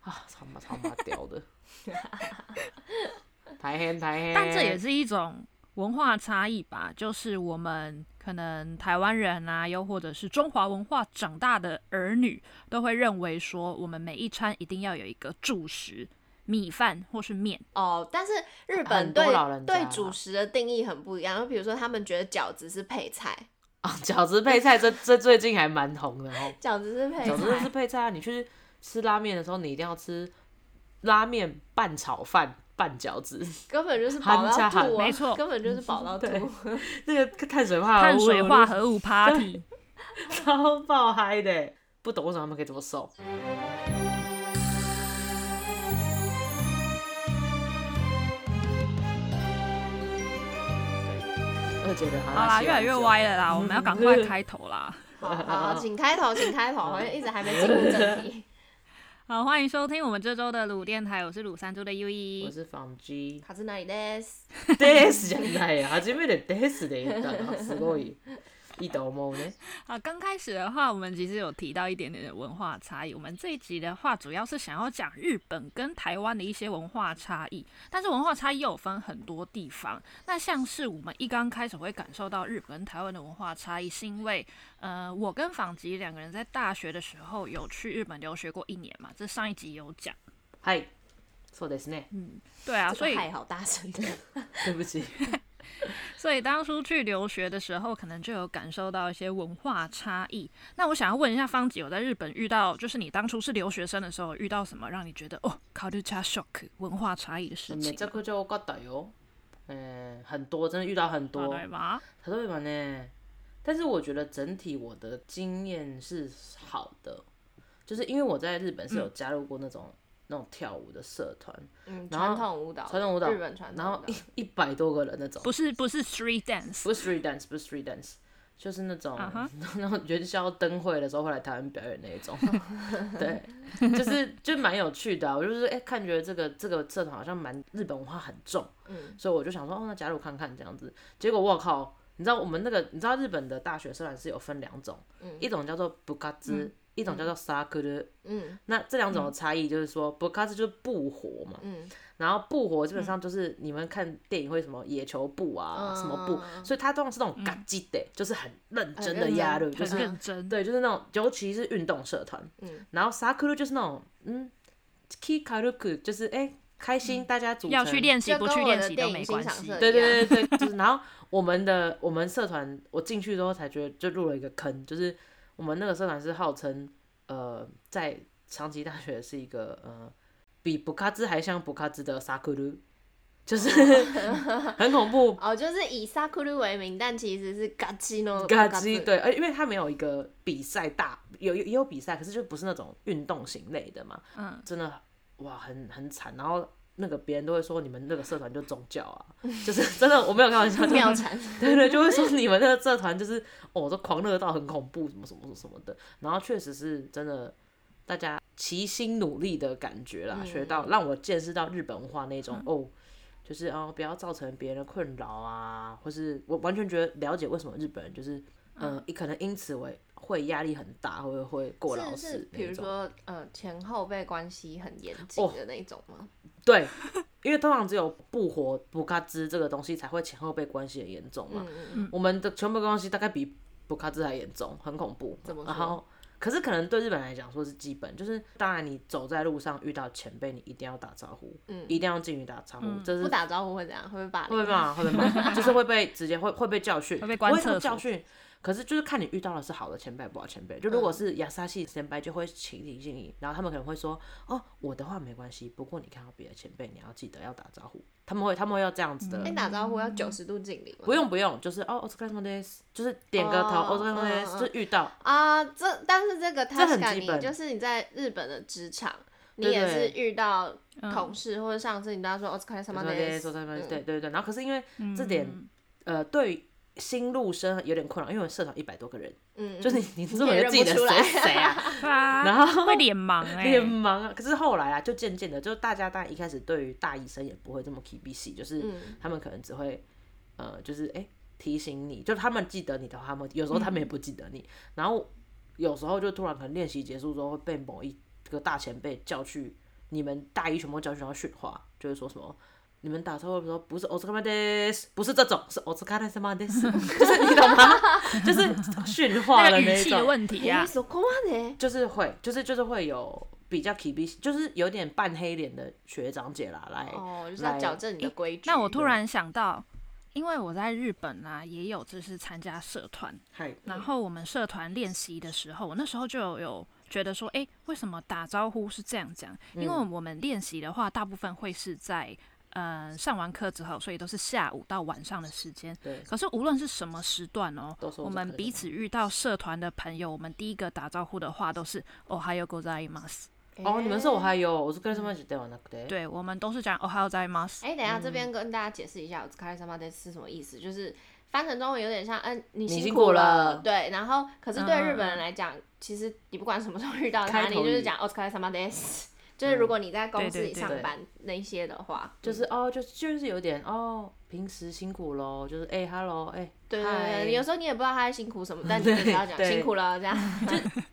啊，他妈他妈屌 的，台黑台黑，但这也是一种文化差异吧，就是我们可能台湾人啊，又或者是中华文化长大的儿女，都会认为说，我们每一餐一定要有一个主食，米饭或是面。哦，但是日很本多对老人家对啦主食的定义很不一样，就比如说他们觉得饺子是配菜，啊，饺子配菜这这最近还蛮红的哦。饺子是配饺子是菜，配菜啊，你去吃拉面的时候，你一定要吃拉面拌炒饭拌饺子，根本就是饱韩家到韩吐啊，没错根本就是 饱到吐。那个碳水化合物碳水化合物 party， 超爆嗨的，欸不懂为什么他们可以这么瘦。二姐的好好啦，越来越歪了啦，我们要赶快开头啦。好好，请开头，请开头，好像一直还没进入正题。好，欢迎收听我们这周的鲁电台，我是鲁三猪的 U 我一。是仿 G 卡兹那里ですですじゃない初めてですで言ったのすごいいいと思うね。好，刚开始的话，我们其实有提到一点点的文化差异。我们这一集的话，主要是想要讲日本跟台湾的一些文化差异，但是文化差异又有分很多地方。那像是我们一刚开始会感受到日本跟台湾的文化差异，是因为呃，我跟访吉两个人在大学的时候有去日本留学过一年嘛，这上一集有讲。はい、そうですね。对啊，所以太好大声的，对不起。所以当初去留学的时候，可能就有感受到一些文化差异。那我想要问一下方姐，有在日本遇到，就是你当初是留学生的时候，遇到什么让你觉得哦，culture shock 文化差异的事め情啊ち？ゃくちゃ多かったよ。嗯，很多，真的遇到很多。对吧？例えばね，但是我觉得整体我的经验是好的，就是因为我在日本是有加入过那种、那种跳舞的社团，嗯，然后传统舞蹈，传统舞蹈日本传然统后舞蹈，一一百多个人那种，不是不是 street dance，不是 street dance，不是 street dance，就是那种、啊哈 那种元宵灯会的时候会来台湾表演那一种， 对，就是就蛮有趣的啊、我就是哎、看觉得这个这个社团好像蛮日本文化很重，嗯，所以我就想说，哦，那加入看看这样子。结果我靠，你知道我们那个，你知道日本的大学社团是有分两种，嗯一种叫做部活兹，一种叫做サークル。嗯那这两种的差异就是说，部活兹就是不活嘛，嗯，然后不活基本上就是你们看电影会什么野球部啊，嗯什么部，所以它通常是那种嘎叽的，就是很认真的很认真压力，就很是认真。对，就是那种，尤其是运动社团，嗯，然后サークル就是那种，嗯，ki karuku 就是哎、开心，大家组成嗯要去练习就不跟去我练的习电都影没欣关赏系。社对一样对对 对，就是然后我们的我们社团，我进去之后才觉得就入了一个坑，就是我们那个社团是号称呃在长崎大学是一个呃比布卡兹还像布卡兹的萨库鲁，就是 很恐怖，哦，就是以萨库鲁为名，但其实是嘎叽诺嘎叽，， 对，而因为它没有一个比赛大，有有也有比赛，可是就不是那种运动型类的嘛，嗯，真的哇，很很惨，然后。那个别人都会说你们那个社团就宗教啊，就是 真的我没有开玩笑，就是妙禅， 对对，就会说你们那个社团就是哦，这狂热到很恐怖，什么什么什么的。然后确实是真的，大家齐心努力的感觉啦，嗯学到让我见识到日本文化那种、哦，就是哦，不要造成别人的困扰啊，或是我完全觉得了解为什么日本人就是嗯、呃，可能因此为会压力很大，会会过劳是死是，比那如种。说呃前后辈关系很严谨哦的那一种吗？对，因为通常只有不活不嘎吱这个东西才会前后辈关系很严重嘛。嗯嗯嗯，我们的全部关系大概比布卡兹还严重，很恐怖。怎么说然后，可是可能对日本来讲说是基本，就是当然你走在路上遇到前辈，你一定要打招呼，嗯一定要敬语打招呼，嗯这是不打招呼会怎样？会被霸会凌？被骂，会被 骂，就是会被直接会会被教训，会被关我也厕所教训。可是就是看你遇到的是好的前辈，不好的前辈。就如果是亚沙系前辈，就会请你敬你，然后他们可能会说：“哦，我的话没关系，不过你看到别的前辈，你要记得要打招呼。”他们会他们会要这样子的。哎，打招呼要九十度敬礼吗？不用不用，就是哦，お疲れ様です，就是点个头，お哦疲れ様です，嗯嗯就是遇到，啊，这但是这个这很 t a 基你本就是你在日本的职场，你对也对是遇到嗯同事或者上司，你都要说哦 o s c a r お s 疲 m れ様です，お疲れ様です，对对对。然后可是因为嗯这点，呃，对于新入生有点困扰，因为我们社团一百多个人，嗯，就是你你根本就也认记得不出来谁谁啊，对 啊，然后会脸盲哎、也忙啊。可是后来啊，就渐渐的，就大家当然一开始对于大一生也不会这么 K B C，就是嗯他们可能只会，呃，就是哎、提醒你，就他们记得你的话，他们有时候他们也不记得你，然后有时候就突然可能练习结束之后会被某一个大前辈叫去你们大一全部教学要训话，就是说什么。你们打错的时候不是 o s a k a m a 不是这种，是 o s a k a s m a 就是你懂 吗？就是训话那的个那语一气的种。问题啊呀、そこまで？就是会，就是就是会有比较 k 逼，就是有点半黑脸的学长姐啦，来，哦，就是要来矫正你的规矩。那我突然想到，因为我在日本啊，也有就是参加社团，嗨，然后我们社团练习的时候，我那时候就有有觉得说，诶，为什么打招呼是这样讲？因为嗯我们练习的话，大部分会是在呃上完课之后，所以都是下午到晚上的时间。对，可是无论是什么时段哦都，是我我们们彼此遇到社团的朋友，我们第一个打招呼的话都是“哦还有 o 在 i m 哎哦，你们是我还有，我是跟他们一起带完那个，，欸对，我们都是讲“哦还有在 m 哎、等一下这边跟大家解释一下，我开什么的是什么意思？就是翻成中文有点像，嗯、你你辛辛苦苦了对。然后，可是对嗯日本人来讲，其实你不管什么时候遇到开他，头你语就是讲 o s c a r s a m a d e s 就是如果你在公司对对里对上班那一些的话，嗯就是哦，就就是有点哦，平时辛苦喽，就是哎，hello，哎，对对嗨对对，有时候你也不知道他在辛苦什么，但你就只要讲对辛苦了这 样。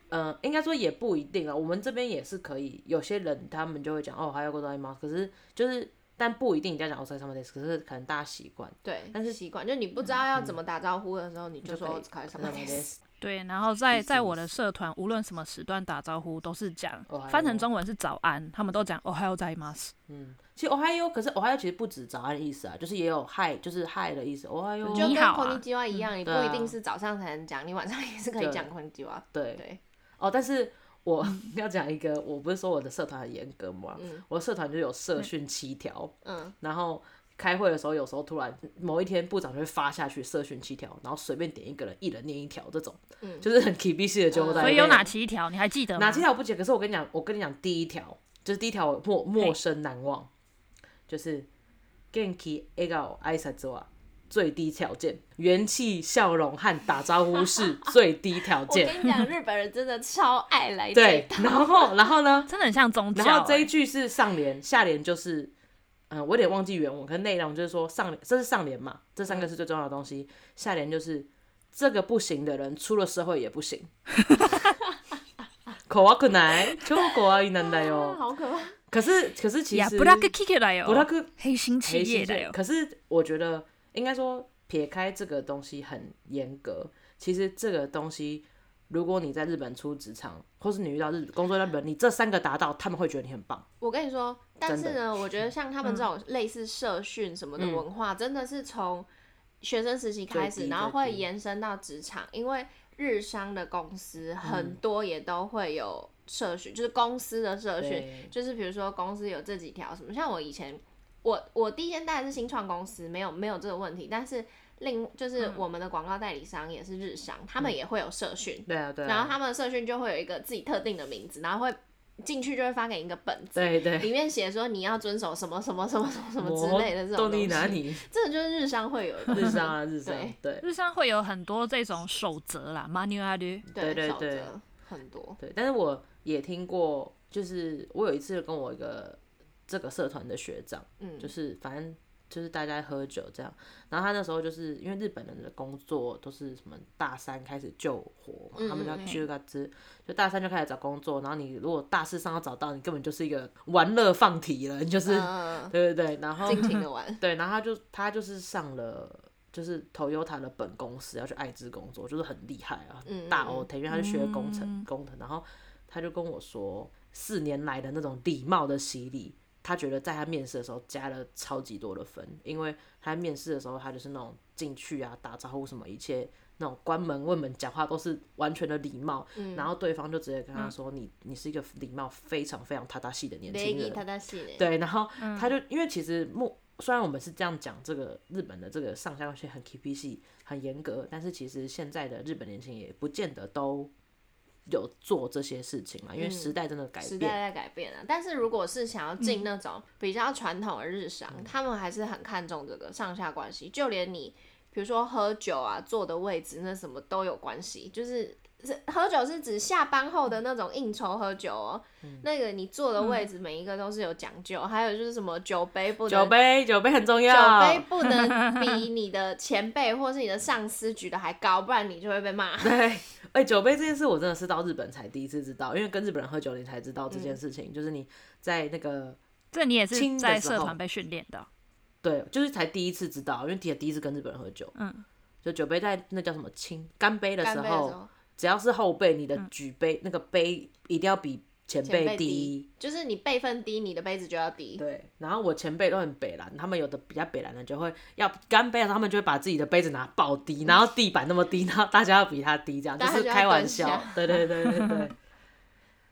嗯，应该说也不一定啊。我们这边也是可以，有些人他们就会讲哦，还有个 o 姨妈，可是就是，但不一定人家讲 o s a k a m a 可是可能大家习惯。对，但是习惯，就你不知道要怎么打招呼的时候，你就说 o 可以 s c a r s a m a d e s 对，然后在意思在意我的社团，无论什么时段打招呼都是讲哦还，有翻成中文是早安，他们都讲 “oh h e l l 嗯，其实 Ohio，可是 Ohio 其实不止早安的意思啊，就是也有嗨，就是嗨的意思。Ohio，哦就你跟好啊 k o n i 一样，你不对啊一定是早上才能讲，你晚上也是可以对讲 k o n i 对对，哦，但是我 要讲一个，我不是说我的社团很严格吗？嗯我的社团就有社训七条，嗯，然后开会的时候，有时候突然某一天部长就会发下去社训七条，然后随便点一个人，一人念一条，这种，嗯就是很 K B C 的纠嗯在。所以有哪七条？你还记得吗？哪七条我不解？可是我跟你讲，我跟你讲，第一条就是第一条我陌陌生难忘，就是元気笑顔挨拶之外。啊最低条件，元气、笑容和打招呼是最低条 我件。跟你讲，日本人真的超爱来啊这一对套，，然后，然后呢？真的很像宗教、欸。然后这一句是上联，下联就是，嗯、我有点忘记原文，可是内容就是说上联，这是上联嘛，这三嗯个是最重要的东西，下联就是这个不行的人出了社会也不 行。怖くない？超怖いなんだ啊よ。好可怕。可是可是其呀，实布拉克 kick 来不拉哟，克黑心黑企心业企的业哟。可是我觉得应该说，撇开这个东西很严格，其实这个东西，如果你在日本出职场，或是你遇到日工作在日本，你这三个达到，他们会觉得你很棒。我跟你说，但是真嗯呢，我觉得像他们这种类似社训什么的文化，真的是从学生时期最开始，低然后最会低延伸到职场，因为日商的公司很多也都会有社训，就是公司的社训，对，就是比如说公司有这几条什么，像我以前。我我第一间带的是新创公司，没有没有这个问题，但是另嗯就是我们的广告代理商也是日商，他们也会有社训，对啊，对啊。然后他们的社训就会有一个自己特定的名字，然后会进去就会发给你一个本子，对对，里面写说你要遵守什么什么什么什么什么之类的这种动东力西，哪里？ 这个就是日商会有的东西日商啊， 日商对，对日上会有很多这种守则啦 m a n u a l 对对对守则对很多，对。但是我也听过，就是我有一次跟我一个这个社团的学长，嗯，就是反正就是大家喝酒这样。然后他那时候就是因为日本人的工作都是什么大三开始救火嘛，嗯他们叫嗯嗯 j u g a 就大三就开始找工作。然后你如果大四上要找到，你根本就是一个玩乐放题了，你就是、嗯对对对。然 后尽情的玩，对，然后他就他就是上了就是 Toyota 的本公司要去爱知工作，就是很厉害啊，嗯大嗯 O 因为他是学工程、工程，然后他就跟我说，四年来的那种礼貌的洗礼，他觉得在他面试的时候加了超级多的分，因为他面试的时候他就是那种进去啊打招呼什么一切。那种关门问门讲话都是完全的礼貌，嗯然后对方就直接跟他说：“你你是一个礼貌非常非常踏踏系的年轻人。”他他系列，对，然后嗯他就、因为其实目虽然我们是这样讲这个日本的这个上下关系很 K P C 很严格，但是其实现在的日本年轻人也不见得都有做这些事情嘛，因为时代真的改嗯时代变。嗯在改变啊，但是如果是想要进那种比较传统的日商，他们还是很看重这个上下关系，就连你比如说喝酒啊、坐的位置那什么都有关系，就是是喝酒是指下班后的那种应酬喝酒哦，嗯那个你坐的位置每一个都是有讲究，还有就是什么酒杯不能酒杯，酒杯很重酒要。 杯不能比你的前辈或是你的上司举的还高，不然你就会被骂。对，哎、酒杯这件事我真的是到日本才第一次知道，因为跟日本人喝酒你才知道这嗯件事情，就是你在那个这你也亲是的在时社候团被训练的哦，对，就是才第一次知道，因为第第一次跟日本人喝酒，嗯，就酒杯在那叫什么清干杯的干时杯的时候，候，只要是后辈，你的举杯、那个杯一定要比前嗯前辈辈低，就是你辈分低，你的杯子就要低。对，然后我前辈都很北蓝，他们有的比较北蓝的就会要干杯的时候，他们就会把自己的杯子拿爆低，然后地板那么低，然后大家要比他低，这样就嗯大家是就要开玩蹲笑下。对对对对 对，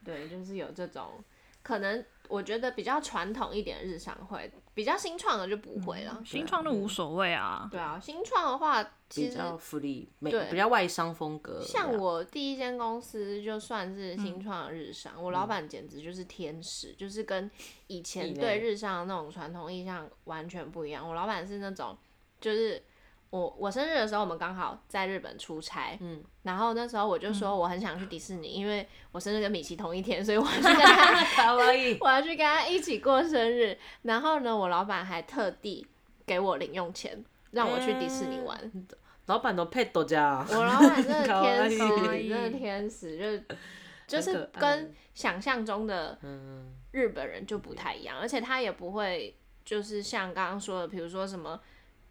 对，就是有这种可能，我觉得比较传统一点的日常会，比较新创的就不会了。啊新创的无所谓啊，对啊，新创的话，其嗯比实较福利，美对比较外商风格。像我第一间公司就算嗯是新创的日商，我老板简直就是天使，就是跟以前异类对日商的那种传统印象完全不一样。我老板是那种，就是我我生日的时候，我们刚好在日本出差， 嗯，然后那时候我就嗯说我很想去迪士尼，因为我生日跟米奇同一天，所以我要 去跟他卡哇伊，我要去跟他一起过生日。然后呢，我老板还特地给我零用钱，让我去迪士嗯尼 玩。老板都配多家，我老板真的可天爱使，可爱真的天使，就是就是 很可爱跟想象中的嗯日本人就不太一样，而且他也不会就是像刚刚说的，比如说什么。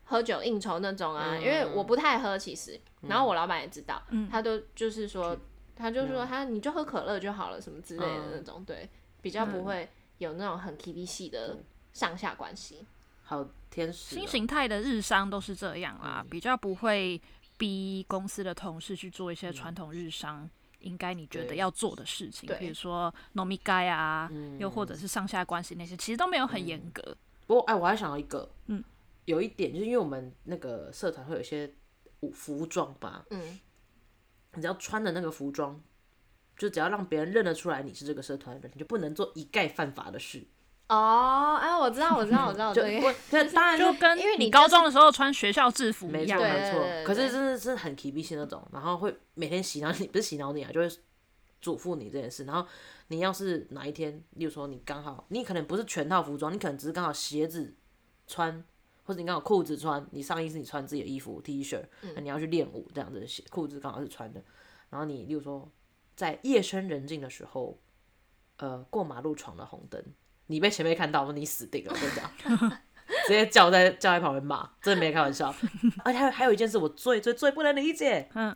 喝酒应酬那种啊，嗯因为我不太喝，其实，然后我老板也知道，嗯他都就是嗯说，他就说他你就喝可乐就好了，什么之类的那种，对，比较不会有那种很 K B 系的上下关系，好天使哦。新形态的日商都是这样嗯啦，比较不会逼公司的同事去做一些传统日商。应该你觉得嗯对嗯要做的事情对，比如说农民街啊，又或者是上下关系那些，其实都没有很严格。不过哎，我还想到一个，嗯，有一点就是因为我们那个社团会有一些服服装吧，嗯，你只要穿的那个服装，就只要让别人认得出来你是这个社团的人，你就不能做一概犯法的事。哦，哎，我知道，我知道，我知 道，就 对，不，那当然哦就跟因为你你就是高中的时候穿学校制服没一错样对啊。没对错，可对是真的是很 k b 性那种，然后会每天洗脑你，不是洗脑你啊，就会嘱咐你这件事。然后你要是哪一天，例如说你刚好，你可能不是全套服装，你可能只是刚好鞋子穿，或者你刚好裤子穿，你上衣是你穿自己的衣服 T 恤，那你要去练舞这样子，鞋裤子刚好是穿的。然后你例如说在夜深人静的时候，呃，过马路闯了红灯，你被前面看到，你死定了，我跟你讲。 直接叫在叫在旁边骂，真的没开玩笑。而且还有还有一件事，我最最最不能理解，嗯，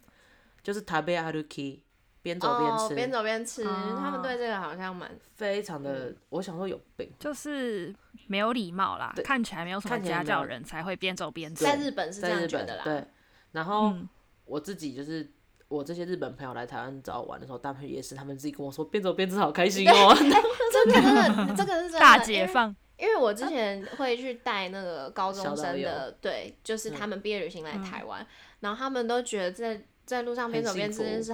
就是塔贝阿鲁基边走边哦，吃，边走边吃，哦他们对这个好像蛮非常嗯的，我想说有病。就是没有礼貌啦，看起来没有什么看起来家没有教人才会边走边吃。在日本是这在样日觉本得啦，对，然后嗯我自己就是。我这些日本朋友来台湾找我玩的时候，他们也是他们自己跟我说边走边吃好开心哦、 真的真的 这个是真的嗯大解，放，因为因为我之前会去带那个高中啊小导生游嗯的，对，就是他们毕业旅行来台湾，然后他们都觉得在在路上边走边吃很幸福真是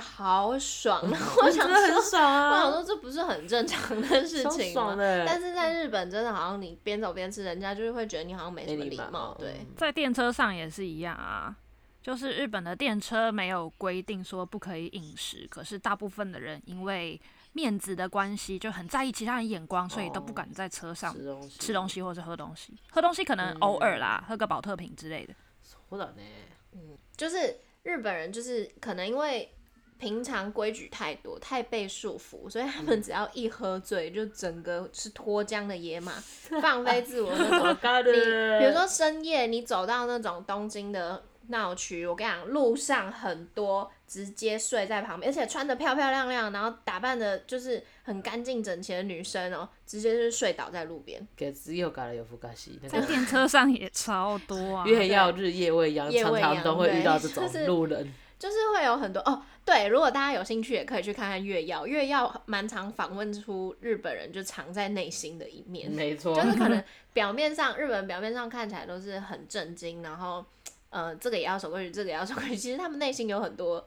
好爽，然后我想真的很说。爽我想啊，说这不是很正常的事超情爽吗？的，但是在日本真的好像你边走边吃，人家就是会觉得你好像没什么礼貌，嗯对，在电车上也是一样啊。就是日本的电车没有规定说不可以饮食，可是大部分的人因为面子的关系就很在意其他人眼光，所以都不敢在车上吃东西，吃东西或是喝东西。喝东西可能偶尔啦，喝个保特瓶之类的。そうだね，就是日本人就是可能因为平常规矩太多，太被束缚，所以他嗯们只要一喝醉，就整个是脱缰 的野马，放飞自我那种。わか你る比如说深夜，你走到那种东京的闹区，我跟你讲，路上很多直接睡在旁边，而且穿的漂漂亮亮，然后打扮的就是很干净整齐的女生哦、直接就是睡倒在路边。月曜から夜更かし那 在个电车上也超 多啊，月曜日夜未央，夜未常央常都会遇到这对就种是路人，就是会有很多哦，对，如果大家有兴趣，也可以去看看月曜。月曜蛮常访问出日本人就藏在内心的一面，没错，就是可能 表面上日本表面上看起来都是很震惊，然后呃这个也要守规矩，这个也要守规矩，其实他们内心有很多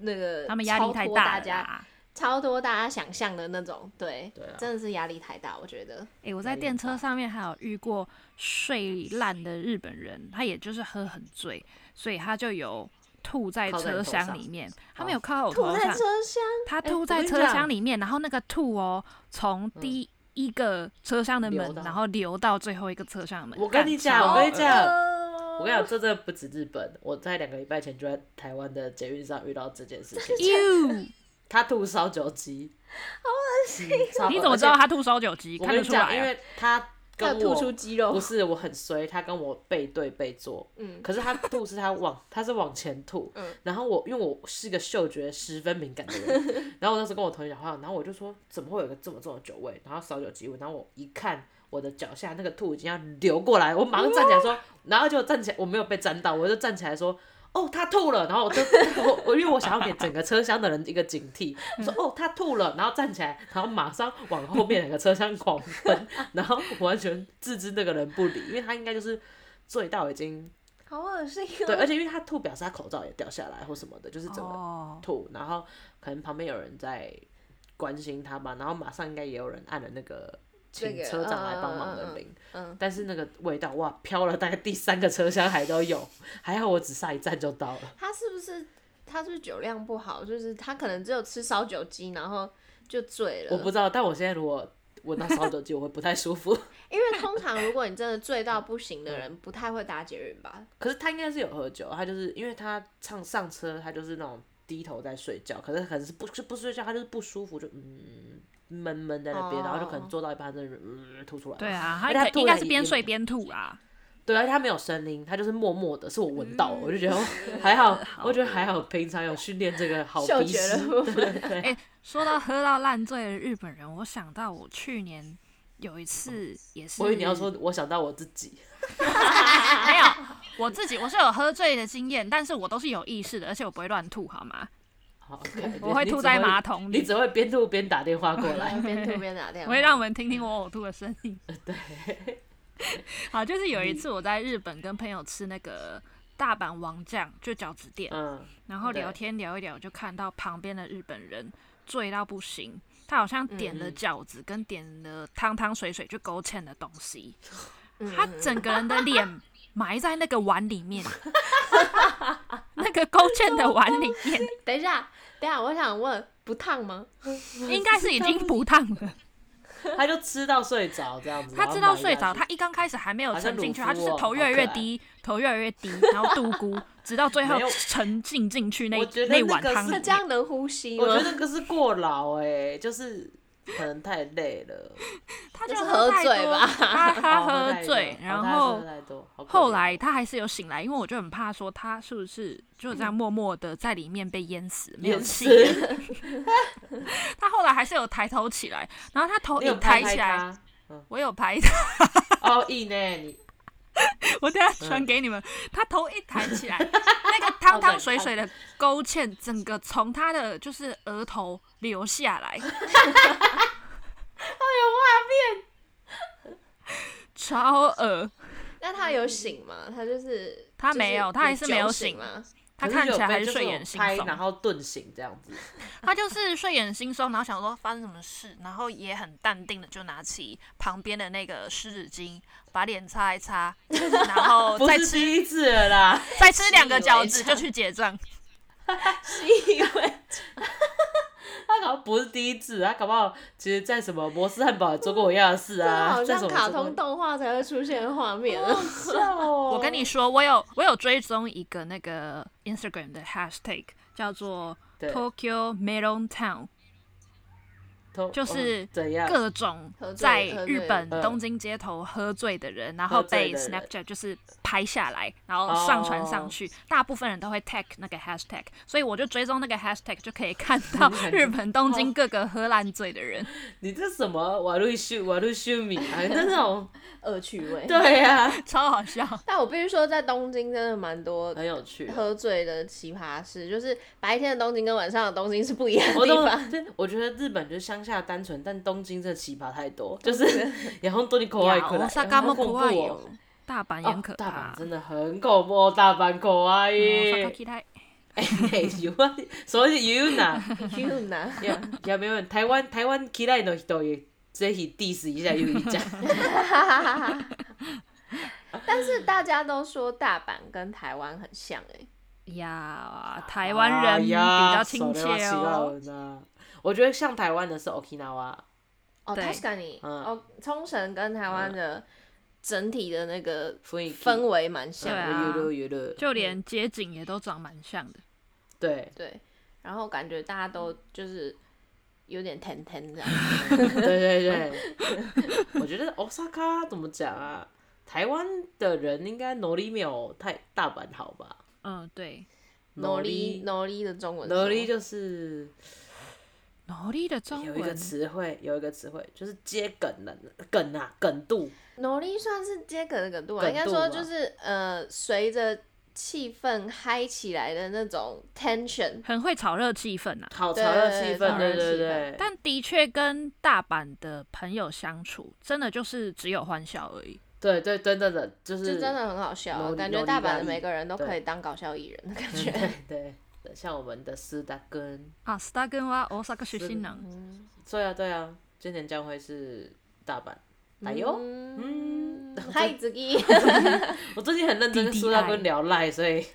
那个他们压力太超脱大大了家啦。超多大家想象的那种，对，对啊真的是压力太大，我觉得。诶，我在力电很车大上面还有遇过睡烂的日本人，他也就是喝很醉，所以他就有吐在靠在你车头厢上里是面，不是他没哦有靠我吐头在上车，厢，他哎吐我在跟你车讲厢里面，然后那个吐哦，从第一个车厢嗯的流门，到然后流到最后一个车厢的门。我跟干你讲，超我跟你恶讲， 我跟你讲，这真的不止日本，我在两个礼拜前就在台湾的捷运上遇到这件事情。 You，他吐烧酒鸡，嗯 好恶心！你怎么知道他吐烧酒鸡？我跟看得你出来讲，啊、因为他他跟吐出我肌肉不，是我很衰，他跟我背对背坐，嗯可是他吐是他往他是往前吐，嗯然后我因为我是个嗅觉十分敏感的人， 然后我那时候跟我同学讲话，然后我就说怎么会有个这么重的酒味，然后烧酒鸡味，然后我一看我的脚下那个吐已经要流过来，我马上站起来说，然后就站起来，我没有被沾到，我就站起来说。哦，他吐了，然后我就我我因为我想要给整个车厢的人一个警惕，我说哦他吐了，然后站起来，然后马上往后面两个车厢狂奔，然后完全置之那个人不理，因为他应该就是醉到已 经 好恶心对，而且因为他吐，表示他口罩也掉下来或什么的，就是整个哦，吐，然后可能旁边有人在关心他吧，然后马上应该也有人按了那个那请个车长来帮忙嗯嗯的嗯铃，嗯，但是那个味道哇，飘了大概第三个车厢还都有，还好我只下一站就到了，他是不是他是不是酒量不好？就是他可能只有吃烧酒鸡，然后就醉了。我不知道，但我现在如果闻到烧酒气，我会不太舒服。因为通常如果你真的醉到不行的 嗯人，不太会搭捷运吧？可是他应该是有喝酒，他就是因为他上上车，他就是那种低头在睡觉，可是可能是不是不睡觉，他就是不舒服，就嗯闷闷在那边，哦然后就可能坐到一半，他真的嗯吐出来。对啊，而他且他可吐应该了是一边一睡边吐啦。对，而且他没有声音，他就是默默的，是我闻嗯到，我就觉得哦还 好，我觉得还好，平常有训练这个好嗅鼻觉屎的，部分对对对，哎、说到喝到烂醉的日本人，我想到我去年有一次也是，我以为你要说，我想到我自己， 没有，我自己我是有喝醉的经验，但是我都是有意识的，而且我不会乱吐，好吗？好，OK， 我会你吐在马，你桶只会你里，只会边吐边打电话过 来，边吐边打电我话。会让我们听听我呕吐的声音。呃对，好，就是有一次我在日本跟朋友吃那个大阪王酱，就饺子店，嗯，然后聊对天聊一聊，就看到旁边的日本人醉到不行，他好像点嗯了饺子跟点了汤汤水水就勾芡的东西，嗯他整个人的脸埋在那个碗里面，嗯 那个勾芡的碗里 面，等一下，等一下，我想问，不烫吗？应该是已经不烫了。他就吃到睡着这样子，他知道睡着，然后他一刚开始还没有好像沉进去，乳他就是猪哦头越来越低，头越来越低，然后度孤，直到最后没有沉浸进去那我觉得那那碗个汤是里那面 这。样能呼吸吗 我？觉得那个是过劳哎、就是可能太累了，他就就是喝喝太醉多吧他 他 哦喝太多醉哦，然他后喝太多好可怜后来他还是有醒来，因为我就很怕说他是不是就这样默默的在里面被淹死，没有也气。是他后来还是有抬头起来，然后他头 你一有拍起来，他我有拍他，哦，意呢？你我等一下传给你们。他头一抬起 来，那个汤汤水水的勾芡，整个从他的就是额头流下来，超恶。那他有醒吗？他就是他没有就他还是没有醒酒吗？ 他可看起来有被还就是睡有眼惺拍忪，然后顿醒这样子， 他就是睡眼惺忪，然后想说发生什么事，然后也很淡定的就拿起旁边的那个湿纸巾，把脸擦一 擦，然后不再是吃第一次了啦， 再吃两个饺习以子为常就去结账。习以为他搞不好不是第一次，啊他搞不好其实在什么摩斯汉堡也做过我一样的事 常，啊，好在像什么卡做过通动画才会出现的画面了。笑哦 我跟你说，我有我有追踪一个那个 Instagram 的 hashtag 叫做对 Tokyo Melon Town，偷就是嗯怎样各种喝醉在喝醉日本嗯东京街头喝醉的人，然后喝被醉的人哦 Snapchat 就是拍下来，然后上传上去。大部分人都会 tag 那个 hashtag，所以我就追踪那个 hashtag 就可以看 到日本东京各个喝烂醉的人。你这什么瓦路修瓦路修米啊，那种 恶趣味。对呀、 超好笑。但我必须说，在东京真的蛮多很有趣。喝醉的奇葩事，就是白天的东京跟晚上的东京是不一样的我地懂方。，对我觉得日本就是乡下单纯，但东京这奇葩太哦多，就是 然后多尼口爱可大来，阪好も恐怖怖いよ哦。大阪也很哦可，大怕阪。真的很恐怖哦，大阪可爱大耶！阪哎，有啊，所以有呢， You 呢？要要没问台湾台湾期待的人也ぜひ diss 一下又一家，但是大家都说大阪跟台湾很像哎、呀， 台湾哎人比较亲切哦。哦。我觉得像台湾的是 Okinawa，哦，对確かに，嗯哦，冲绳跟台湾的整体的那个所以氛围蛮像对的，啊娱乐娱乐，就连街景也都长蛮像的，对对，然后感觉大家都就是有点甜甜 这样，对 对对。我觉得 Osaka 怎么讲啊？台湾的人应该 n o 没有太大阪好吧嗯，对，努力努力的中文是什 n 么 o 就是努力的中有一个文，词汇，有一个词汇就是接梗的梗啊，梗度。努力算是接梗的梗度啊，梗应该度说吧就是呃，随着气氛嗨起来的那种 tension，很会炒热气氛啊。好潮的对气氛，炒对热对气对。但的确跟大阪的朋友相处，真的就是只有欢笑而已。对对，真的的，就是就真的很好笑啊，努力感努觉力大大阪的力每个人都对可以当搞笑艺人的感对觉。对对，像我们的斯达根，啊，斯大根哇，大阪出身人。嗯对啊对啊，今年将会是大阪。哎呦，嗯，嗨，子怡， 我最近很认真跟 DDI 苏大根聊赖，所以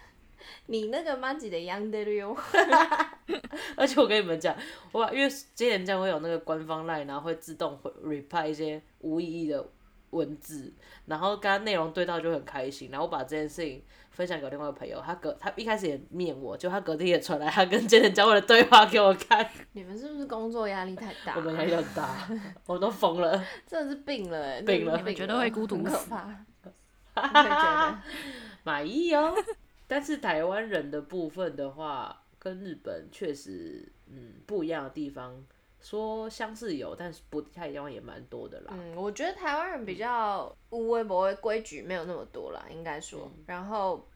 你那个班级的 Young d e 哟， 而且我跟你们讲，我因为今年将会有那个官方赖，然后会自动回 reply 一些无意义的文字，然后跟他内容对到就很开心。然后我把这件事情分享给另外一个朋友，他隔他一开始也念我，就他隔天也传来他跟今年将会的对话给我看，你们是不是工作压力太大啊？ 我们压力很大，我都疯了。真的是病了欸，病了真的是你们觉得会孤独很死可怕。我也觉得满意哦。但是台湾人的部分的话，跟日本确实，嗯，不一样的地方，说相似有，但是不太一样也蛮多的啦。嗯，我觉得台湾人比较无微不微，规矩没有那么多啦，应该说，然后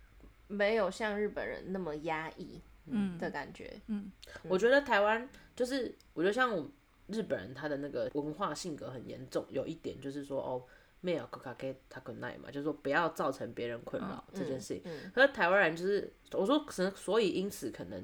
没有像日本人那么压抑嗯，的感觉。嗯，我觉得台湾就是，我觉得像我日本人他的那个文化性格很严重，有一点就是说哦。没有 k a k e t a k n i 嘛，就是说不要造成别人困扰这件事情。嗯可是台湾人就是，我说可能，所以因此可能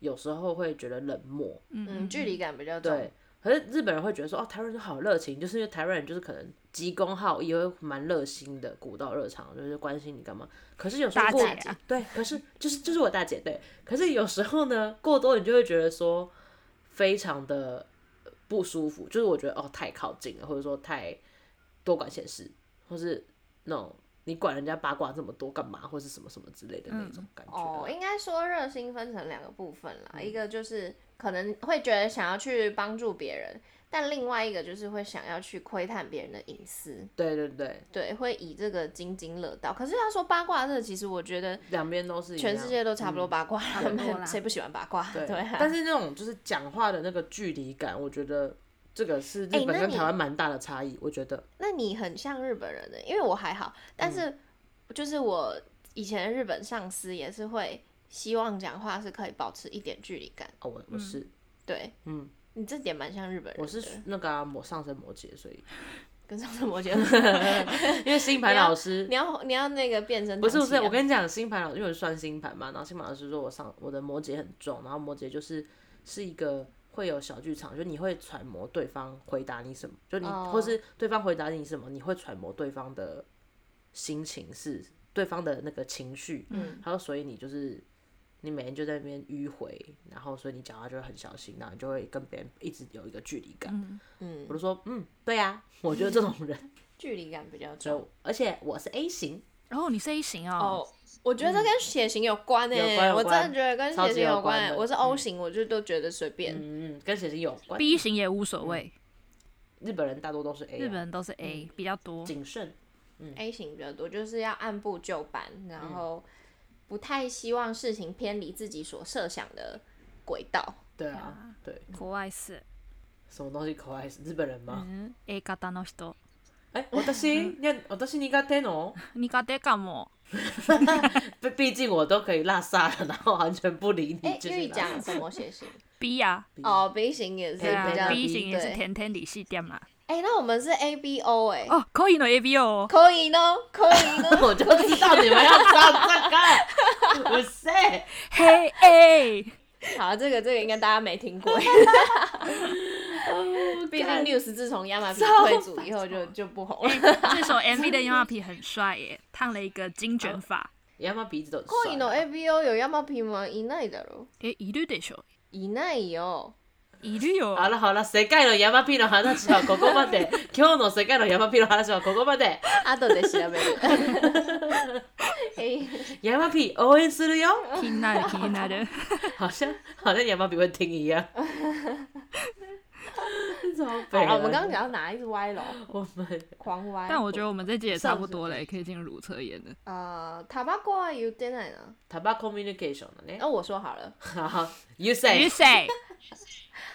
有时候会觉得冷漠，嗯，距离感比较重对。，可是日本人会觉得说，哦，台湾人好热情，就是因为台湾人就是可能急公好义，会蛮热心的，古道热肠，就是关心你干嘛。可是有时候大过姐啊对，可是就是就是我大姐对，可是有时候呢，过多你就会觉得说非常的不舒服，就是我觉得哦太靠近了，或者说太多管闲事，或是那种你管人家八卦这么多干嘛，或是什么什么之类的那种感觉啊。哦，应该说热心分成两个部分啦，一个就是可能会觉得想要去帮助别人，但另外一个就是会想要去窥探别人的隐私，对对对，对，会以这个津津乐道。可是要说八卦这个，其实我觉得两边都是一全样嗯世界都差不多八卦啦，不多啦谁不喜欢八卦？对啊，但是那种就是讲话的那个距离感，我觉得这个是日哎本那跟你台湾蛮大的差异。我觉得那你很像日本人的，欸因为我还好，嗯但是就是我以前日本上司也是会希望讲话是可以保持一点距离感，哦，我我是对，嗯，你这点蛮像日本人的，我是那个啊摩、上升摩羯，所以 跟上次摩羯 座，因为星盘老师 你要你要啊那个变身、不是不是，我跟你讲，星盘老师因为我算星盘嘛，然后星盘老师说我上我的摩羯很重，然后摩羯就是是一个。会有小剧场，就是你会揣摩对方回答你什么，就你、哦或是对方回答你什么，你会揣摩对方的心情是对方的那个情绪，嗯，他说，所以你就是你每天就在那边迂回，然后所以你讲话就会很小心，然后你就会跟别人一直有一个距离感。嗯我就说，嗯，对呀、我就是这种人，距离感比较重。就而且我是 A 型，然后你是 A 型哦，哦，我觉得这跟血型有关诶、有关有我真关的觉得跟超血级型有有关、欸关的我是 O 型，我就都觉得随便。嗯，跟血型有关。 ，B 型也无所谓，日本人大多都是嗯 A，、啊日本人都是啊 A 比较多。谨慎， A 型比较多，就是要按部就班，嗯然后不太希望事情偏离自己所设想的轨道。对啊，对，国外是什么东西可爱？日本人吗？嗯 A 型の人，哎、我的心，你我的心，你该 t e n 你搞得干嘛？ 毕毕竟我都可以落撒了，然后完全不理哎、你，就是玉拉讲什么血型？ B 呀、哦，B 型也是哎对对啊比较 B B 型也是对甜甜理系点嘛。哎、那我们是 A B O 哎、哦，可以呢 A B O，可以呢，可以呢。 我就知道你们要找这个， 不是。嘿 哎，好，这个这个应该大家 没听过，毕竟 News 自从亚马逊退组哎以后就就不红了。哦这首 MV 的 y a m a p i 很帅耶，烫了一个金卷发，山猫鼻子都很コ イ酸の ABO 有山ピーはいないだろえ、いるでしょ。いないよ。いるよ。啊好了好了，世界の山 P の話はここま で。今日の世界の山 P の話はここまで。後で調 べる。え山 P 応援するよ。気になる気に なる。好像好像羊毛比会听一 样。超好北了，了我们刚刚讲到哪一直 歪楼，我们狂歪。但我觉得我们这集也差不多了，也可以进入如厕炎了。呃，塔巴过啊，有点难啊。 tobacco communication 了呢。那我说好了，好，you You say。 say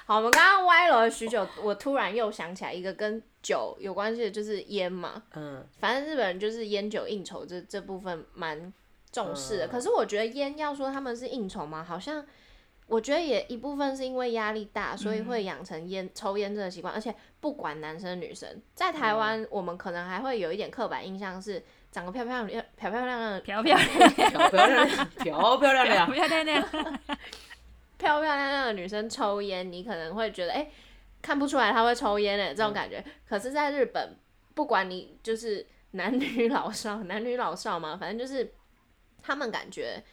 好，我们刚刚歪楼了许久，我突然又想起来一个跟酒有关系的，就是烟嘛。嗯，反正日本人就是烟酒应酬这这部分蛮重视的。嗯可是我觉得烟要说他们是应酬嘛，好像我觉得也一部分是因为压力大，所以会养成烟、抽烟这个习惯。而且不管男生女生，在台嗯湾我们可能还会有一点刻板印象是长得漂漂亮漂漂亮亮、漂漂亮亮，漂漂亮亮，漂漂亮漂亮。漂亮亮。漂漂亮亮的女生抽烟，你可能会觉得哎、诶看不出来她会抽烟诶，嗯这种感觉。可是，在日本，不管你就是男女老少，男女老少嘛，反正就是他们感觉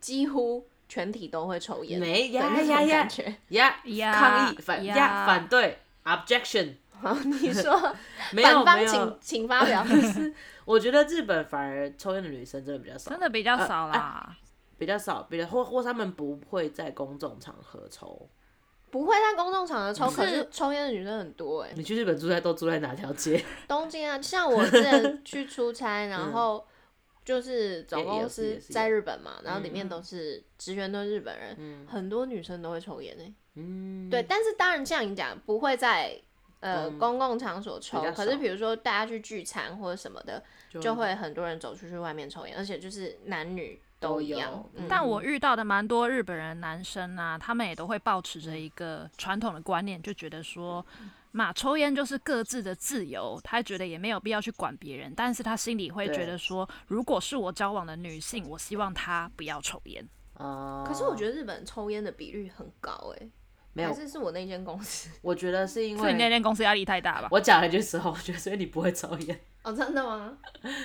几乎全体都会抽烟，没的呀那呀种感呀 觉。呀！呀抗议反呀呀反对 objection。好，你说没有反没方有请，请发 表，就是我觉得日本反而抽烟的女生真的比较少真，的比较少呃哎啦。比较少，比较或或他们不会在公众场合抽。不会在公众场合抽，可是是抽烟的女生很多哎、你去日本住在都住在哪条街？东京啊，像我之前去出差，然后就是总嗯公也也有司也是嗯有在日本嘛，然后里面都是职员，都是日本人，很多女生都会抽烟呢、欸嗯，对，但是当然像你讲，不会在呃公公共场所抽比较，少可是比如说大家去聚餐或者什么的，就就会很多人走出去外面抽烟，而且就是男女都一样都有。嗯但我遇到的蛮多日本人男生啊，他们也都会保持着一个传统的观念，就觉得说，嗯嘛，抽烟就是各自的自由，他觉得也没有必要去管别人。但是他心里会对觉得说，如果是我交往的女性，我希望她不要抽烟。啊。可是我得觉得日本抽烟的比率很高哎、没有还，是是我那间公司我觉得是因所以为你那间公司压力太大吧？我讲了一句实话，我觉得所以你不会抽烟， 哦，真的吗？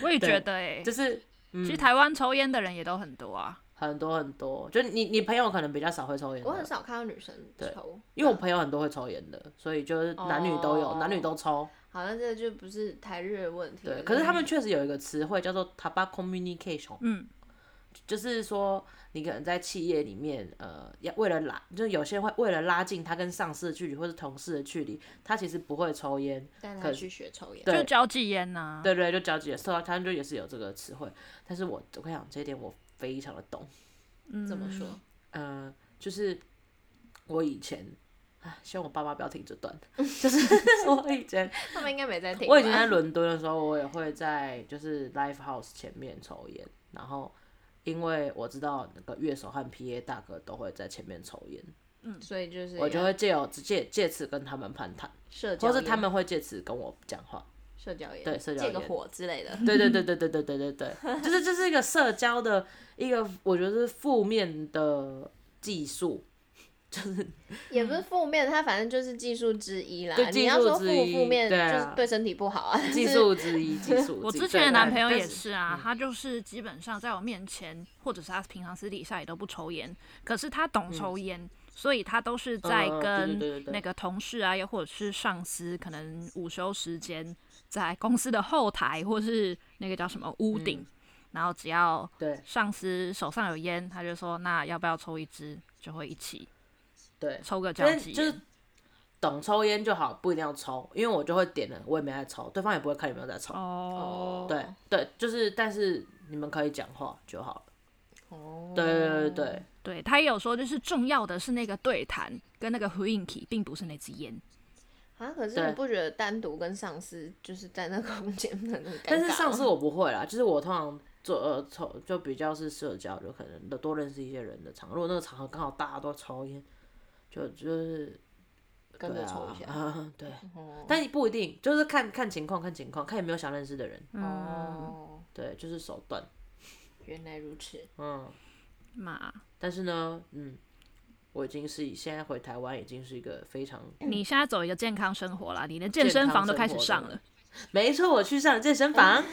我也对觉得哎、就是嗯其实台湾抽烟的人也都很多啊。很多很多，就你你朋友可能比较少会抽烟我很的，少看到女生对抽，因为我朋友很多会抽烟的，所以就是男女都有，哦男女都抽。好像这就不是台日的问题了。对，可是他们确实有一个词汇叫做 “tobacco communication”，嗯，就是说你可能在企业里面，呃，要为了拉，就是有些人会为了拉近他跟上司的距离或是同事的距离，他其实不会抽烟，但可他去学抽烟。对就交际烟呐、对对，就交际也受到，他们就也是有这个词汇。但是我我跟你讲，这一点我非常的懂。怎么说？呃，就是我以前，唉希望我爸妈不要听这段。就是我以前，他们应该没在听吧。我以前在伦敦的时候，我也会在就是 l i f e house 前面抽烟，然后因为我知道那个乐手和 PA 大哥都会在前面抽烟，所以就是我啊就会借由借借此跟他们攀谈，社交或烟，是他们会借此跟我讲 话。社交烟，对社交嗯借个烟火之类的。对对对对对对对对对，就是这是一个社交的一个，我觉得是负面的技术，也不是负面，它反正就是技术之一啦。对技你要术说负之一负面，对啊就是对身体不好啊。技术之一，技术之一。我之前的男朋友对嗯也是啊，他就是基本上在我面前，或者是他平常私底下也都不抽烟，可是他懂抽烟，所以他都是在嗯嗯嗯对对对跟对那个同事啊，又或者是上司，可能午休时间在公司的后台或是那个叫什么嗯屋顶，然后只要对上司手上有烟，他就说那要不要抽一支，就会一起对，抽个交但际就烟是。懂抽烟就好，不一定要抽，因为我就会点了，我也没在抽，对方也不会看有没有在抽。哦，对对，就是，但是你们可以讲话就好了。哦，对对对对对他也有说，就是重要的是那个对谈跟那个回应体，并不是那支烟。啊，可是对你不觉得单独跟上司就是在那个空间很尴尬吗？但是啊上次我不会啦，就是我通常做呃抽就比较是社交，就可能多认识一些人的场合。如果那个场合刚好大家都抽烟，就就是跟对着啊抽一下，啊， 对。哦但不一定，就是看看情况，看情况，看有没有想认识的人。嗯，哦，对，就是手段。原来如此。嗯，嘛，但是呢，嗯，我已经是以现在回台湾已经是一个非常嗯你现在走一个健康生活啦，你连健身房都开始上了。没错，我去上了健身 房，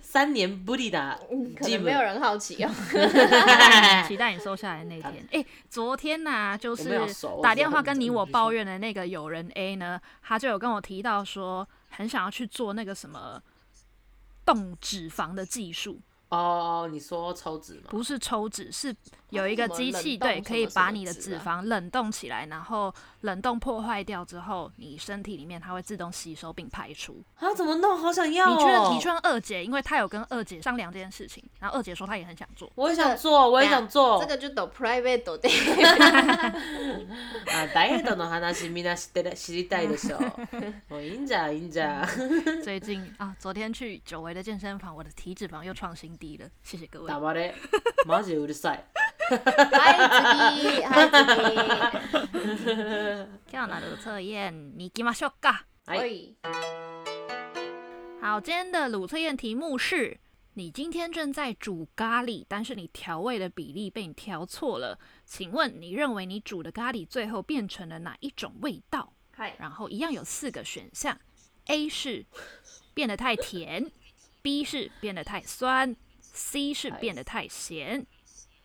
三年不离的，嗯可能没有人好奇哦。哎期待你瘦下来那天。 哎、昨天呢、就我们是要熟打电话跟你我我知道抱怨的那个友人 A 呢，他就有跟我提到说，很想要去做那个什么动脂肪的技术， 哦，你说抽脂吗？不是抽脂，是有一个机器，哦它是什么冷对，冻什么可以把你的什么脂脂啊肪冷冻起来，然后冷冻破坏掉之后，你身体里面它会自动吸收并排出。啊，怎么弄？好想要、哦！你去问你去问二姐，因为她有跟二姐商量这件事情，然后二姐说她也很想做。我也想做，我也想做。这个就抖 private 抖的， 啊，ダイエットの話みんな知ってる知りたいで しょ。もういいんじゃんいいんじゃん。 嗯最近啊，昨天去久违的健身房，我的体脂肪又创新低了，谢谢各位。黙れ。マジうるさい。嗨子弟，嗨子今日拿的测验，你给ましょうか。弟，喂，好，今天的鲁测验题目是：你今天正在煮咖喱，但是你调味的比例被你调错了，请问你认为你煮的咖喱最后变成了哪一种味道？嗨，然后一样有四个选项：A 是变得太甜，B 是变得太酸，C 是变得太咸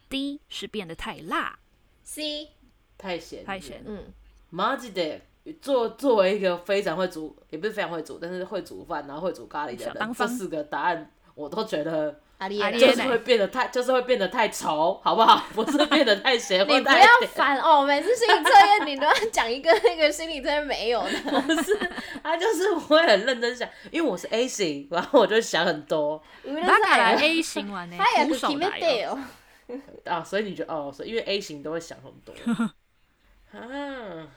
，D 是变得太辣。 C，太咸。太咸。嗯，マジで。作作为一个非常会煮，也不是非常会煮，但是会煮饭，然后会煮咖喱的小当人，这方四个答案我都觉得阿丽阿耶丽就耶是会变得太，就是会变得太稠，好不好？不是变得太咸或你不太要甜。烦哦，每次心理测验你都要讲一个那个心理测验没有 的，他就是会很认真想，因为我是 A 型，然后我就想很多嗯那看来 A 型完呢，他也徒是手 k 来 i 哦。 m 啊，所以你就哦，所以因为 A 型都会想很多啊。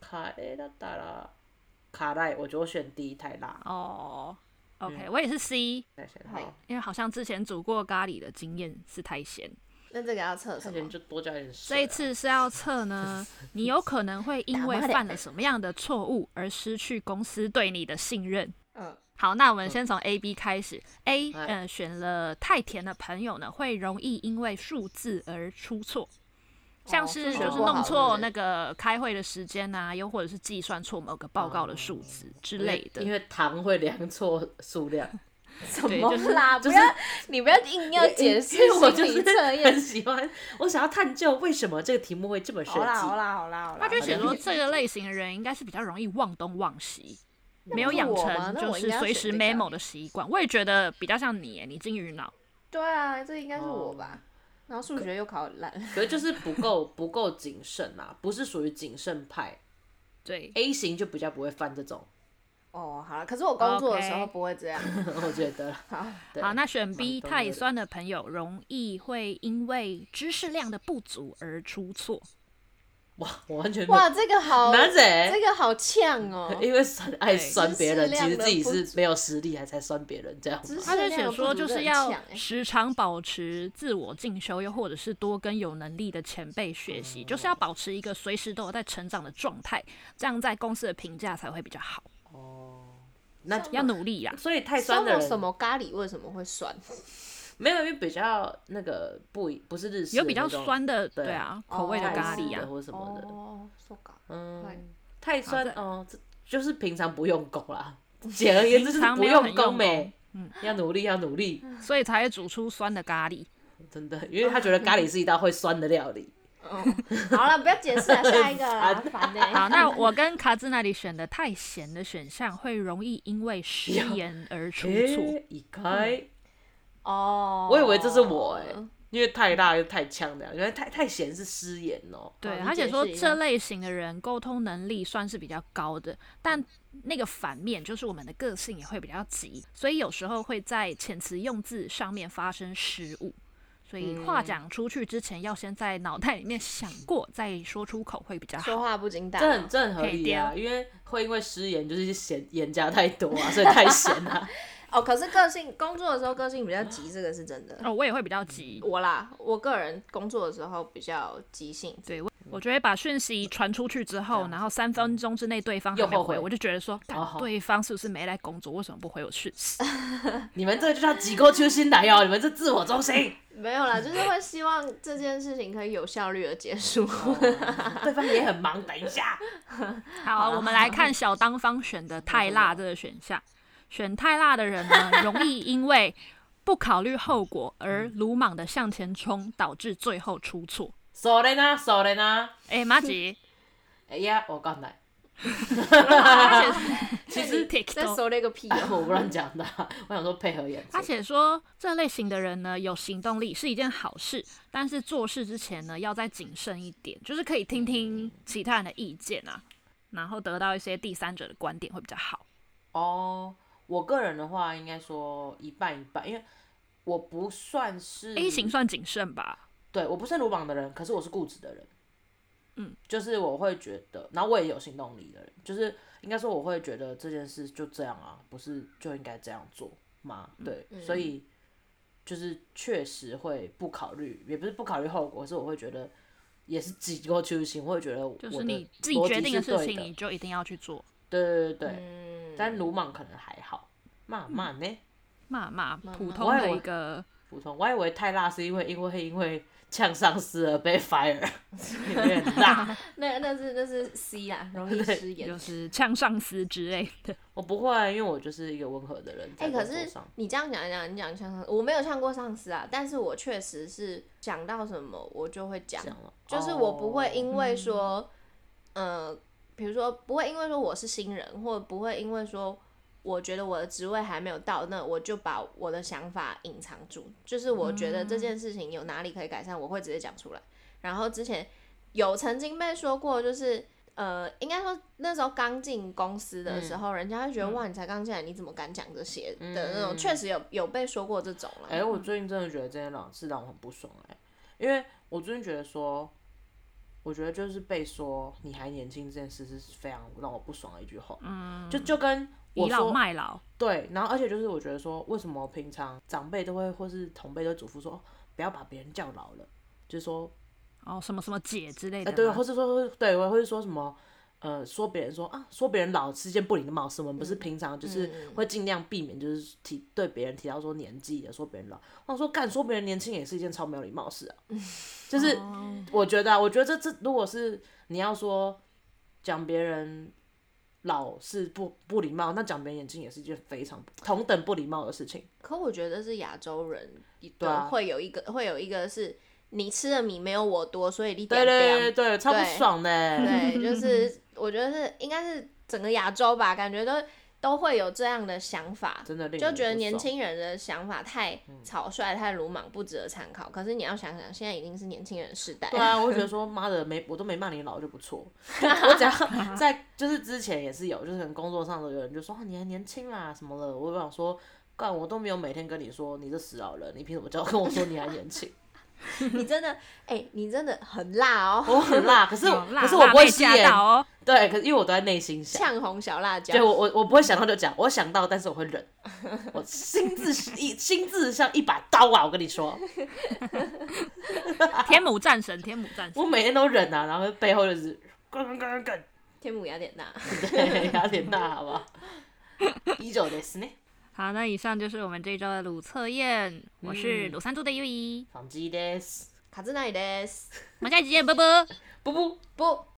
卡雷だったら卡赖，我觉得我选 D 太辣，哦，OK，我也是 C，太咸嗨好，因为好像之前煮过咖喱的经验是太咸。那这个要测之什前么？就多加一点这水一啊。次是要测 呢，你有可能会因为犯了什么样的错误而失去公司对你的信任。嗯，好，那我们先从 A、B 开始。A，哎呃，选了太甜的朋友呢，会容易因为数字而出错，像是哦数就学是不好弄是不错是那个开会的时间啊，又或者是计算错某个报告的数字嗯之类的。因为糖会量错数量，什对么就是啦？不就是要， 你不要硬要解释 因为我心就是理测很验。喜欢，我想要探究为什么这个题目会这么设好啦好计。啦好啦好啦，他就好写像说，是这个类型的人应该是比较容易忘东忘西，没有是养我吗成那就我应是该要随选时这个 memo 的习惯。我也觉得比较像你耶，你金鱼脑。对啊，这应该是我哦吧。然后数学又考很 烂，可是就是不够不够谨慎啊，不是属于谨慎派。对， A 型就比较不会犯这种， 哦，好了，可是我工作的时候 OK 不会这样。我觉得啦。好，对好，那选 B 懂太的酸的朋友容易会因为知识量的不足而出错。哇，我完全没有哇，这个好，男这人，个好呛哦。 因为酸爱对酸别人，知识其量实的自己不是足没有实力，还才酸别人这样知吗识他就量写的说，不足就真是的很要呛欸时常保持自我进修，又或者是多跟有能力的前辈学习，哦就是要保持一个随时都有在成长的状态，这样在公司的评价才会比较好。那要努力呀、所以太酸酸的了什人么咖喱为什么会酸？没有，因为比较那个不一不是日式有比较那种酸的，对哦对啊，口味的泰咖式喱的啊，或什么的，哦，说咖嗨嗯，太酸好再哦，这就是平常不用功 啦。简而言之就是常不没有很功用呗功，，嗯，要努力要努力，所以才会煮出酸的咖 喱。真的，因为他觉得咖喱是一道会酸的料理。喱。嗯好了，不要解释了，下一 个啦，烦欸呢。好，那我跟卡兹那里选的太咸的选项，会容易因为食盐而出错。诶，一开，哦，我以为这是我哎，因为太辣又太呛的，原来太太咸是失言哦。对，你而且解说释一下这类型的人沟通能力算是比较高的，但那个反面就是我们的个性也会比较急，所以有时候会在遣词用字上面发生失误。所以嗯话讲出去之前，要先在脑袋里面想过，再说出口会比较说好。话不啊经大这很脑。这很合可以理啊，因为会因为失言就是咸盐加太多啊， 所以太咸了、哦，可是个性工作的时候个性比较急，这个是真的。哦，我也会比较急，我啦，我个人工作的时候比较急性子。对嗯我，我就会把讯息传出去之后，然后三分钟之内对方嗯还又没有后悔回，我就觉得说，干哦对方是不是没来工作？为什么不回我讯 息？你们这个就叫挤过揪心来哦，你们这自我中心， 没有啦，就是会希望这件事情可以有效率的结束。哦对方也很忙。等一下， 好，我们来看小当方选的太辣这个选项。选太辣的人呢，容易因为不考虑后果而鲁莽的向前冲，导致最后出错。それなそれな，哎、马吉，哎呀，我刚来，他写 其实再 TikTok，说了一个屁 哦、我不乱讲的啊，我想说配合演出他。写说这类型的人呢有行动力是一件好事，但是做事之前呢要再谨慎一点，就是可以听听其他人的意见啊，然后得到一些第三者的观点会比较好。哦，我个人的话，应该说一半一半，因为我不算是 A 型算谨慎吧，对我不是鲁莽的人，可是我是固执的人。嗯，就是我会觉得，然后我也有行动力的人，就是应该说我会觉得这件事就这样啊，不是就应该这样做吗？对，嗯所以就是确实会不考虑，也不是不考虑后果，是我会觉得也是自己够揪心，我会觉得我就的是你自己逻辑决定是事对情的你就一定要去做。对对对对，嗯，但鲁莽可能还好，慢慢呢。骂骂骂普骂通我以的为一个，普通，我还以为太辣是因为因为因为呛上司而被 fire，有 点 辣。那那是那是 C 啊，容易失言就。是呛上司之类的。我不会，啊因为我就是一个温和的人。在哎、可工作是上你这样讲一讲，你讲像上我没有像过上司啊，但是我确实是想到什么我就会讲这，样了，就是我不会哦因为说，呃，比如说不会因为说我是新人，或不会因为说我觉得我的职位还没有到，那我就把我的想法隐藏住。就是我觉得嗯这件事情有哪里可以改善，我会直接讲出来。然后之前有曾经被说过，就是。呃，应该说那时候刚进公司的嗯时候，人家会觉得、哇，你才刚进来，你怎么敢讲这些的那种？确、实有有被说过这种了。嗯哎、我最近真的觉得这件老事让我很不爽哎、因为我最近觉得说，我觉得就是被说你还年轻这件事是非常让我不爽的一句话。嗯，就就跟倚我老说卖老，对，然后而且就是我觉得说，为什么平常长辈都会或是同辈都嘱咐说，哦不要把别人叫老了，就是说哦，什么什么姐之类哎、的吗，对，或是说对，或是说什么，呃，说别人说啊，说别人老是件不礼貌的事，我们不是平常就是会尽量避免，就是提对别人提到说年纪的，说别人老，我说干说别人年轻也是一件超没有礼貌的事啊，哦就是我觉得、啊，我觉得这这如果是你要说讲别人。老是不不礼貌，那讲别人年轻也是一件非常同等不礼貌的事情。可我觉得是亚洲人对啊会有一个会有一个是你吃的米没有我多，所以你对点对对点对，超不对爽的欸。对，就是我觉得是应该是整个亚洲吧，感觉都都会有这样的想法，真的令就人觉得不年爽嗯轻人的想法太草率、太鲁莽，不值得参考。可是你要想想，现在已经是年轻人时代，对啊，我会觉得说妈的没我都没骂你老就不错， 就我只 要在就是之前也是有，就是可能工作上的有人就说啊你还年轻啦什么的，我就想说干我都没有每天跟你说你这死老人，你凭什么叫跟我说你还年轻？ 你真的，哎、你真的很辣哦，我很辣，可是我哦辣可是我辣不会被吸吓眼，到哦。对，可是因为我都在内心想，呛红小辣椒对。我我我不会想到就讲，我想到但是我会忍，我心智一心智像一把刀啊，我跟你说，天母战神，天母战神，我每天都忍啊，然后背后就是干干干干干，天母雅典娜， 对，雅典娜好不好？以上ですね。好，那以上就是我们这一周的鲁测验，我是鲁三猪的悠悠，反击です。卡兹奈德斯，我们下一集见，拜拜。不不。不。